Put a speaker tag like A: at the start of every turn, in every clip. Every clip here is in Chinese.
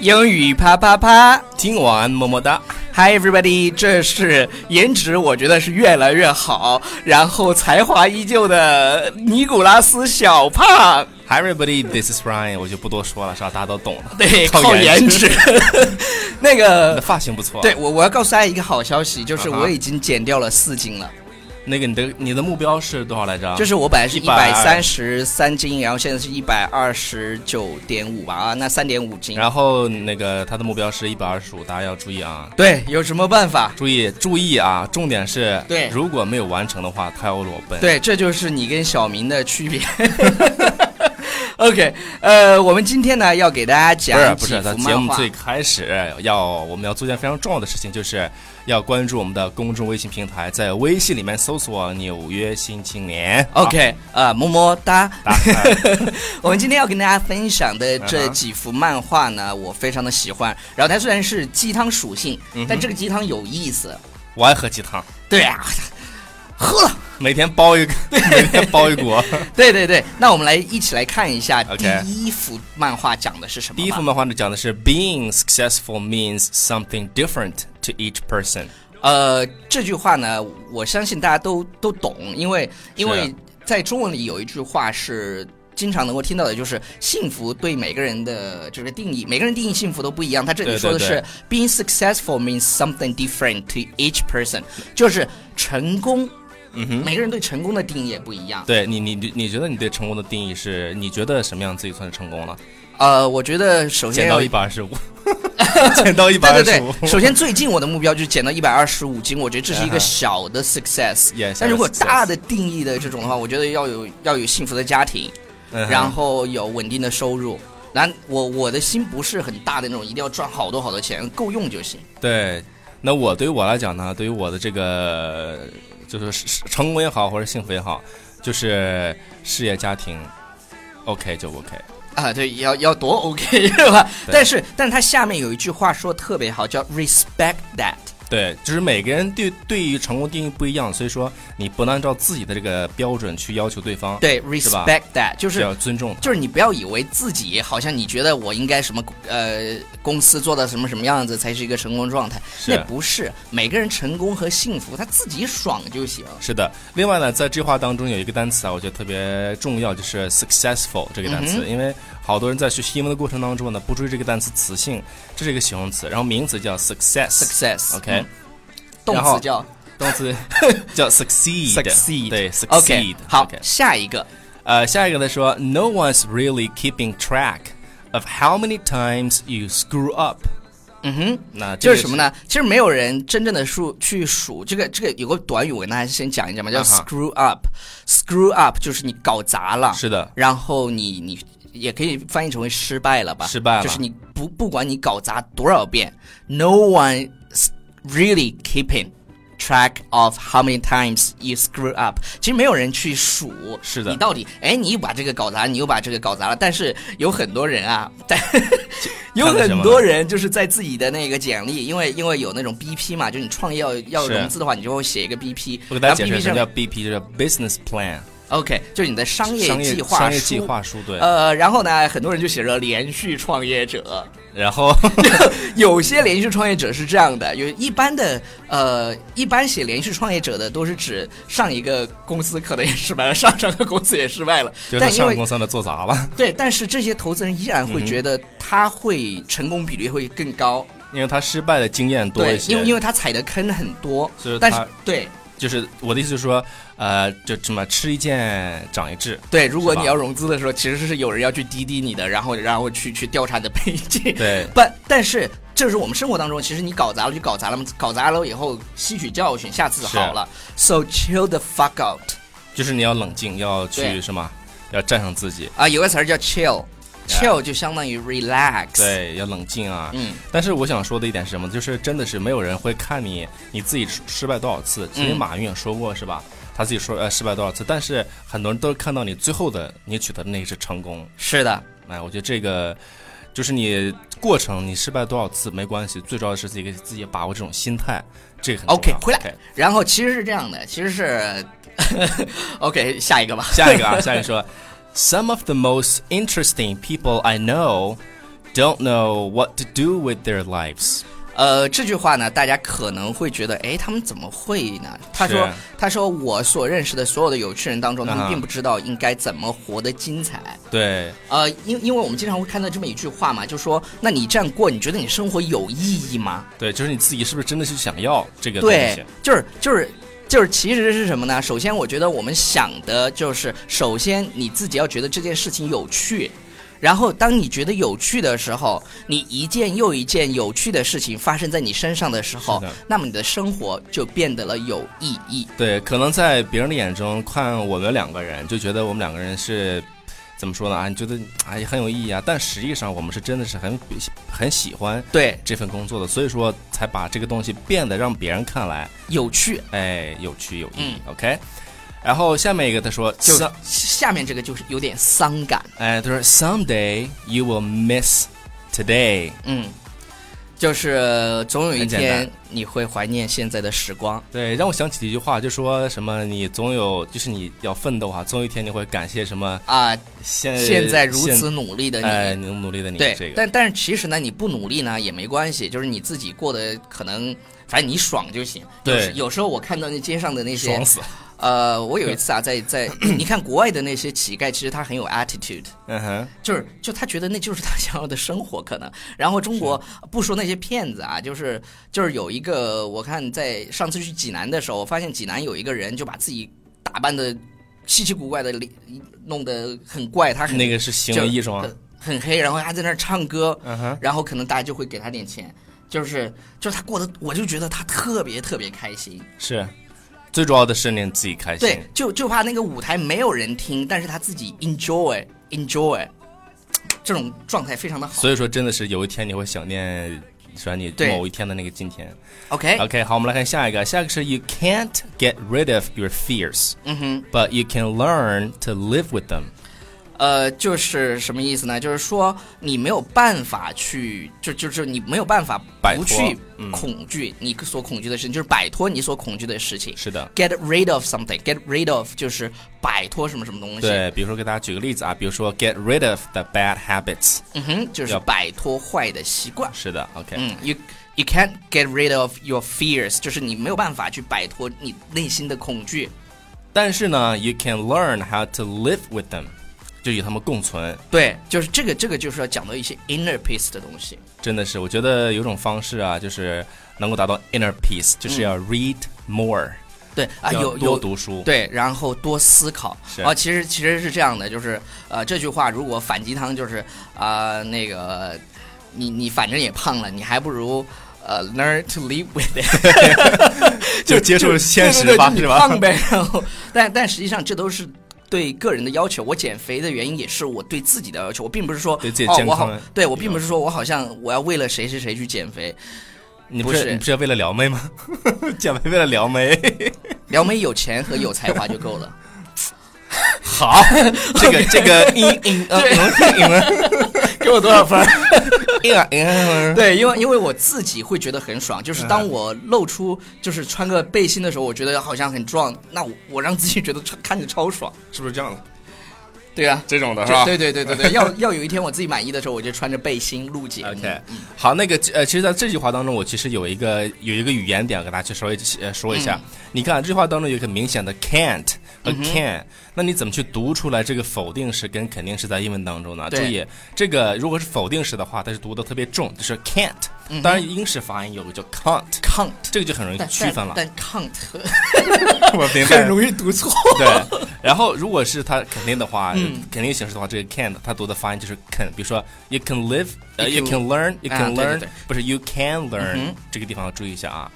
A: 英语啪啪啪
B: 今晚么么哒，
A: ！Hi everybody，这是颜值我觉得是越来越好，然后才华依旧的尼古拉斯小胖。
B: Hi everybody，this is Ryan，我就不多说了，是吧？大家都懂了。
A: 对，
B: 靠
A: 靠
B: 颜
A: 颜值。 那
B: 你的
A: 个，
B: 发型不错。
A: 对，我我要告诉大家一个好消息，就是
B: 啊哈
A: 我已经减掉了四斤了。
B: 那个你的你的目标是多少来着？
A: 就是我本来啊是一百三
B: 120
A: 十三斤，然后现在是一百二十九点五吧，啊，那三点五斤。
B: 然后那个他的目标是一百二十五，大家要注意啊，
A: 对，有什么办法？
B: 注意注意啊！重点是，
A: 对
B: 如果没有完成的话，他要裸奔。，
A: 对，这就是你跟小明的区别。OK，呃，我们今天呢要给大家
B: 不是
A: 讲几
B: 不是，咱
A: 幅
B: 节
A: 漫
B: 目
A: 画。
B: 最开始要我们要做一件非常重要的事情，就是要关注我们的公众微信平台，在微信里面搜索“纽约新青年”。
A: OK，呃，么么哒。
B: 啊。打
A: 我们今天要跟大家分享的这
B: 嗯哼
A: 几幅漫画呢，我非常的喜欢。然后它虽然是鸡汤属性，
B: 嗯
A: 但这个鸡汤有意思。
B: 我爱喝鸡汤，
A: 对啊，喝 了。
B: 每天煲一个，每天煲一锅。
A: 对对对，那我们来一起来看一下第
B: OK
A: 一幅漫画讲的是什么吧。
B: 第一幅漫画呢讲的是 “Being successful means something different to each person”。
A: 呃，这句话呢，我相信大家都都懂，因为
B: 啊
A: 因为在中文里有一句话是。经常能够听到的就是幸福对每个人的这个定义，每个人定义幸福都不一样。他这里
B: 对对
A: 说的是
B: 对
A: being successful means something different to each person，就是成功，嗯哼，每个人对成功的定义也不一样。
B: 对你，你你你觉得你对成功的定义是？你觉得什么样自己算是成功了？
A: 呃，我觉得首先
B: 减
A: 要
B: 到一百二十五，减到一 百
A: 对
B: 二
A: 对
B: 十
A: 对，
B: 五。
A: 首先最近我的目标就是减到一百二十五斤，我觉得这是一个
B: Uh-huh.
A: 小的 success。
B: Yeah，
A: 但如果
B: 小的 success
A: 大的定义的这种的话，我觉得要有要有幸福的家庭，
B: 嗯哼
A: 然后有稳定的收入。然我我的心不是很大的那种，一定要赚好多好多钱，够用就行。
B: 对，那我对于我来讲呢，对于我的这个就是是成功也好，或者幸福也好，就是事业家庭，OK 就 OK。
A: 啊，对，要要多 OK 是吧？但是，但是它下面有一句话说得特别好，叫 respect that。
B: 对，就是每个人对对于成功定义不一样，所以说你不能按照自己的这个标准去要求对方，，
A: 对
B: 是吧
A: ，respect that 就是
B: 要尊重他。
A: 就是你不要以为自己好像你觉得我应该什么呃公司做到什么什么样子才是一个成功状态，
B: 是
A: 那不是每个人成功和幸福他自己爽就行。
B: 是的，另外呢，在这句话当中有一个单词啊，我觉得特别重要，就是 successful 这个单
A: 嗯
B: 词，因为好多人在学习英文的过程当中呢，不注意这个单词词性，这是一个形容词，然后名词叫 success，OK，、
A: Success
B: OK
A: 嗯动
B: 然后
A: 词叫
B: 动词 叫 succeed，,
A: Succeed
B: 对 succeed
A: OK。好
B: OK
A: 下一个
B: 呃，下一个他说，No one's really keeping track of how many times you screw up。嗯哼，那这
A: 就
B: 个
A: 是什么？呢？其实没有人真正的数去数这个这个有个短语，我跟大家先讲一讲吧，叫
B: 啊哈
A: screw up。screw up 就是你搞砸了，
B: 是的，
A: 然后你你也可以翻译成为失败了吧？
B: 失败了
A: 就是你不不管你搞砸多少遍，no one s really keeping track of how many times you screw up。其实没有人去数，
B: 是的
A: 你到底哎，你又把这个搞砸，你又把这个搞砸了。但是有很多人啊，但 有
B: 看到
A: 很
B: 什么了
A: 多人就是在自己的那个简历，因为因为有那种 BP 嘛，就是你创业要要
B: 是
A: 融资的话，你就会写一个 BP，
B: 我给大家解
A: 然后 BP
B: 释什
A: 上
B: 么叫 BP，就是 business plan，
A: OK，就是你的商业
B: 商业
A: 计划
B: 商业
A: 书
B: 计划书，对。
A: 呃，然后呢，很多人就写着连续创业者，
B: 然后
A: 有些连续创业者是这样的，有一般的呃，一般写连续创业者的都是指上一个公司可能也失败了，上上个公司也失败了，
B: 就是他
A: 但因
B: 上嗯个
A: 为
B: 公司呢做砸了，
A: 对，但是这些投资人依然会觉得他会成功比率会更高，
B: 因为他失败的经验多一
A: 对，
B: 些。
A: 因为因为他踩的坑很多
B: 所以，
A: 但是
B: 他
A: 对
B: 就是我的意思就是说，呃，就什么吃一堑长一智。
A: 对，如果
B: 是吧
A: 你要融资的时候，其实是有人要去滴滴你的，然后然后去去调查你的背景，
B: 对，
A: 但但是这是我们生活当中，其实你搞砸了就搞砸了嘛，搞砸了以后吸取教训，下次好了。So chill the fuck out
B: 就是你要冷静，要
A: 对
B: 去什么，要战胜自己。
A: 啊，有个词儿叫 chill。Chill 就相当于 relax，，
B: 对，要冷静啊。
A: 嗯，
B: 但是我想说的一点是什么？就是真的是没有人会看你你自己失败多少次。其实
A: 嗯
B: 马云也说过是吧？他自己说呃失败多少次，但是很多人都看到你最后的你取得的那一次成功。
A: 是的，
B: 哎，我觉得这个就是你过程你失败多少次没关系，最重要的是自己给自己把握这种心态，这个很重
A: OK，
B: 要
A: 回来然后其实是这样的，其实是 OK，下一个吧。
B: 下一个啊，下一个说，Some of the most interesting people I know don't know what to do with their lives。
A: 呃，这句话呢，大家可能会觉得，哎，他们怎么会呢？他说
B: 是，
A: 他说我所认识的所有的有趣人当中，他
B: 啊
A: 们并不知道应该怎么活得精彩。
B: 对，
A: 呃，因因为我们经常会看到这么一句话嘛，就说，那你这样过，你觉得你生活有意义吗？
B: 对，就是你自己是不是真的是想要这个东
A: 对
B: 西？，
A: 就是就是。就是，其实是什么呢？首先，我觉得我们想的就是，首先你自己要觉得这件事情有趣，然后当你觉得有趣的时候，你一件又一件有趣的事情发生在你身上的时候
B: 是的，
A: 那么你的生活就变得了有意义。
B: 对，可能在别人的眼中看我们两个人，就觉得我们两个人是怎么说呢？啊，你觉得哎很有意义啊，但实际上我们是真的是很很喜欢
A: 对，
B: 这份工作的，所以说才把这个东西变得让别人看来
A: 有趣
B: 哎有趣有意义。OK，然后下面一个他说，
A: 嗯就
B: "Some-
A: 下面这个就是有点伤感，
B: 哎他说 someday you will miss today。
A: 嗯，就是总有一
B: 很简单
A: 天你会怀念现在的时光。
B: 对，让我想起一句话，就说什么你总有，就是你要奋斗啊，总有一天你会感谢什么
A: 啊、
B: 现
A: 现在如
B: 现
A: 此努力的你，
B: 哎，你努力的你
A: 对，
B: 这个
A: 但但是其实呢，你不努力呢也没关系，就是你自己过得可能，反正你爽就行。
B: 对
A: 有时有时候我看到那街上的那些
B: 爽，死了。
A: 呃，我有一次啊，在在 你看国外的那些乞丐，其实他很有 attitude。
B: 嗯哼，
A: 就是，就他觉得那就是他想要的生活，可能。然后中国不说那些骗子啊，就是就是有一个，我看在上次去济南的时候，我发现济南有一个人就把自己打扮的稀奇古怪的，弄得很怪，他很
B: 那个是行
A: 就
B: 为艺术啊。
A: 很很黑，然后他在那儿唱歌，
B: 嗯哼，
A: 然后可能大家就会给他点钱，就是就是他过得，我就觉得他特别特别开心。
B: 是，最主要的是你自己开心。
A: 对，就就怕那个舞台没有人听，但是他自己 enjoy enjoy，这种状态非常的好。
B: 所以说真的是有一天你会想念，说你
A: 对
B: 某一天的那个今天。
A: OK，
B: OK，好，我们来看下一个，下一个是 You can't get rid of your fears,
A: 嗯哼，
B: but you can learn to live with them。
A: 呃，就是什么意思呢？就是说你没有办法去，就就是你没有办法
B: 摆
A: 不
B: 脱
A: 去
B: 嗯
A: 恐惧你所恐惧的事情，就是摆脱你所恐惧的事情。
B: 是的。
A: Get rid of something，get rid of 就是摆脱什么什么东西。
B: 对，比如说给大家举个例子啊，比如说 get rid of the bad habits，
A: 嗯哼，就是
B: 要
A: 摆脱坏的习惯。
B: 是的，OK，、
A: 嗯，you you can't get rid of your fears，就是你没有办法去摆脱你内心的恐惧。
B: 但是呢，you can learn how to live with them，就与他们共存，
A: 对，就是这个这个就是要讲到一些 inner peace 的东西。
B: 真的是，我觉得有种方式啊，就是能够达到 inner peace，就是要 read more，、
A: 对嗯啊，
B: 要
A: 有
B: 多
A: 有。
B: 读书。
A: 对，然后多思考
B: 是
A: 啊，其实其实是这样的，就是呃，这句话如果反鸡汤就是啊、那个你你反正也胖了，你还不如呃 learn to live with it。
B: 就接受现实吧
A: 对对对就是
B: 吧
A: 你胖呗，然后，但但实际上这都是。对个人的要求，我减肥的原因也是我对自己的要求，我并不是说
B: 对自己
A: 哦
B: 健，
A: 我
B: 康
A: 好
B: 的，
A: 对我并不是说我好像我要为了谁谁谁去减肥。
B: 你
A: 不
B: 不是
A: 是
B: 你不是为了撩 妹吗？减肥为了撩妹，
A: 撩妹有钱和有才华就够了。
B: 好，这个这个一嗯嗯嗯
A: 给我多少分？
B: 嗯 嗯，
A: 对，因为因为我自己会觉得很爽，就是当我露出就是穿个背心的时候，我觉得好像很壮，那我我让自己觉得超看着超爽。
B: 是不是这样的？
A: 对啊，
B: 这种的
A: 就对对对对对， 要要有一天我自己满意的时候，我就穿着背心录节目。
B: OK，好，那个呃，其实，在这句话当中，我其实有一个有一个语言点，给大家去说一呃说一下。你看这句话当中有一个明显的 can't 和 can，、那你怎么去读出来这个否定式跟肯定式在英文当中呢？注
A: 对
B: 意，这个如果是否定式的话，它是读的特别重，就是 can't。当然，英式发音有个叫 can't，
A: Count，
B: 这个就很容易
A: 但
B: 区分了。
A: 但但 count
B: 我明
A: 很容易读错。
B: 对，然后如果是它肯定的话，
A: 嗯
B: 肯定形式的话，这个 can 它读的发音就是 can，比如说 you can live，呃
A: You
B: you can learn，you
A: 啊
B: can
A: 对对
B: learn，
A: 对
B: 不是 you can learn，这个地方要注意一下啊。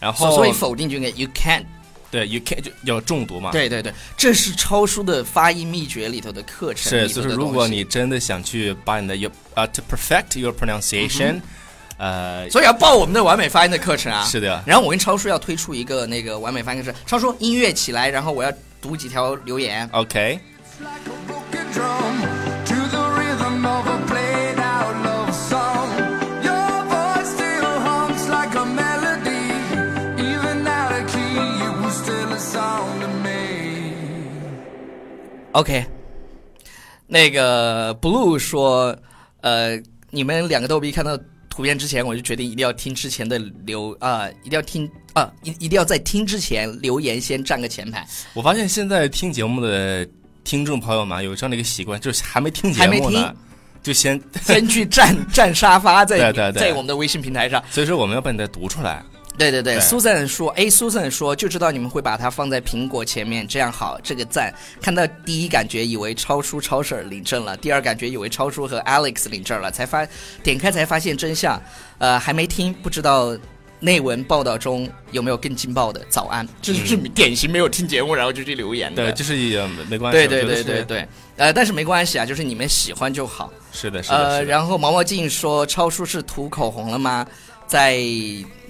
B: 然
A: 所
B: 后
A: 所以否定就应该 you can't。
B: 对 you can 就要重读嘛。
A: 对对对，这是超叔的发音秘诀里头的课程里
B: 是，
A: 头
B: 所
A: 的东西。
B: 以说如果你真的想去把你的 your 啊 to perfect your pronunciation，呃，
A: 嗯所以要报我们的完美发音的课程啊。
B: 是的
A: 然后我跟超叔要推出一个那个完美发音课程，超叔音乐起来，然后我要读几条留言。
B: OK，
C: Like a broken drum to the rhythm of a played out love song. Your voice still hums like a melody, even out of key. You were still a song to me.
A: OK，那个 Blue 说，呃，你们两个逗逼看到图片之前，我就决定一定要听之前的留啊、一定要听啊、一一定要在听之前留言先占个前排，
B: 我发现现在听节目的听众朋友们啊有这样的一个习惯，就是还没听节
A: 还没
B: 目呢
A: 听，
B: 就先，
A: 先去占占沙发在，在
B: 对对对
A: 我们的微信平台上。
B: 所以说我们要把你的读出来。
A: 对对对
B: 对
A: ，Susan 说，哎，Susan 说，就知道你们会把它放在苹果前面，这样好，这个赞。看到第一感觉以为超叔超婶儿领证了，第二感觉以为超叔和 Alex 领证了，才发点开才发现真相，呃，还没听，不知道。内文报道中有没有更劲爆的？早安，这就是典型没有听节目然后就去留言的
B: 嗯对，。就是也没关系，
A: 对
B: 我
A: 对
B: 觉得
A: 对
B: 是
A: 对，对，呃，但是没关系啊，就是你们喜欢就好。
B: 是的，是的，
A: 呃，
B: 是的。
A: 然后毛毛静说，超叔是涂口红了吗？在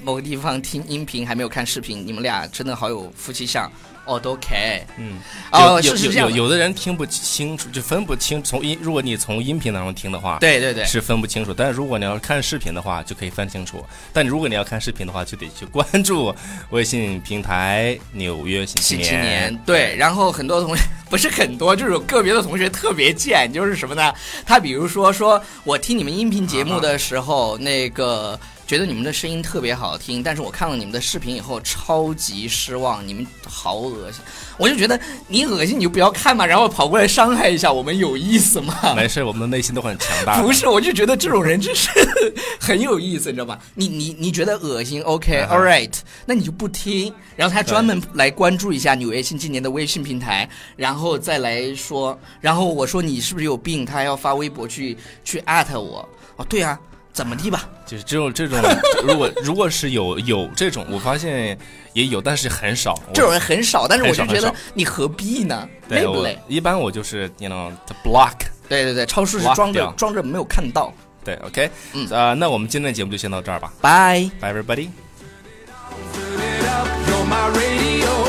A: 某个地方听音频，还没有看视频，你们俩真的好有夫妻相哦，都 OK。
B: 嗯，
A: 哦，
B: 有
A: 是是
B: 有
A: 这样
B: 有
A: 的，
B: 有的人听不清楚，就分不清。从音，如果你从音频当中听的话，
A: 对对对，
B: 是分不清楚。但是如果你要看视频的话，就可以分清楚。但如果你要看视频的话，就得去关注微信平台《纽约新
A: 新
B: 青
A: 青年对，然后很多同学不是很多，就是有个别的同学特别贱，就是什么呢？他比如说说我听你们音频节目的时候，那个觉得你们的声音特别好听，但是我看了你们的视频以后超级失望，你们好恶心，我就觉得你恶心你就不要看嘛，然后跑过来伤害一下我们有意思吗？
B: 没事，我们的内心都很强 大。
A: 不是，我就觉得这种人真是 很有意思，你知道吧？你你你觉得恶心
B: 嗯哼
A: ，OK，All、right，那你就不听，然后他专门来关注一下纽约新青年的微信平台，然后再来说，然后我说你是不是有病，他还要发微博去去艾特我，哦，对啊，怎么地吧？
B: 就是只有这种，如果如果是有有这种，我发现也有，但是很少。我
A: 这种人很少，但是我
B: 很少
A: 就觉
B: 很
A: 得
B: 少
A: 你何必呢？累
B: 对
A: 不
B: 我
A: 累？
B: 一般我就是你 o 他 block。
A: 对对对，超叔是
B: 哇
A: 装着
B: 屌
A: 装着没有看到，
B: 对，OK，
A: 嗯
B: 啊、那我们今天的节目就先到这儿吧
A: 拜。
B: ，Bye everybody。
C: Fill it up, You're my radio.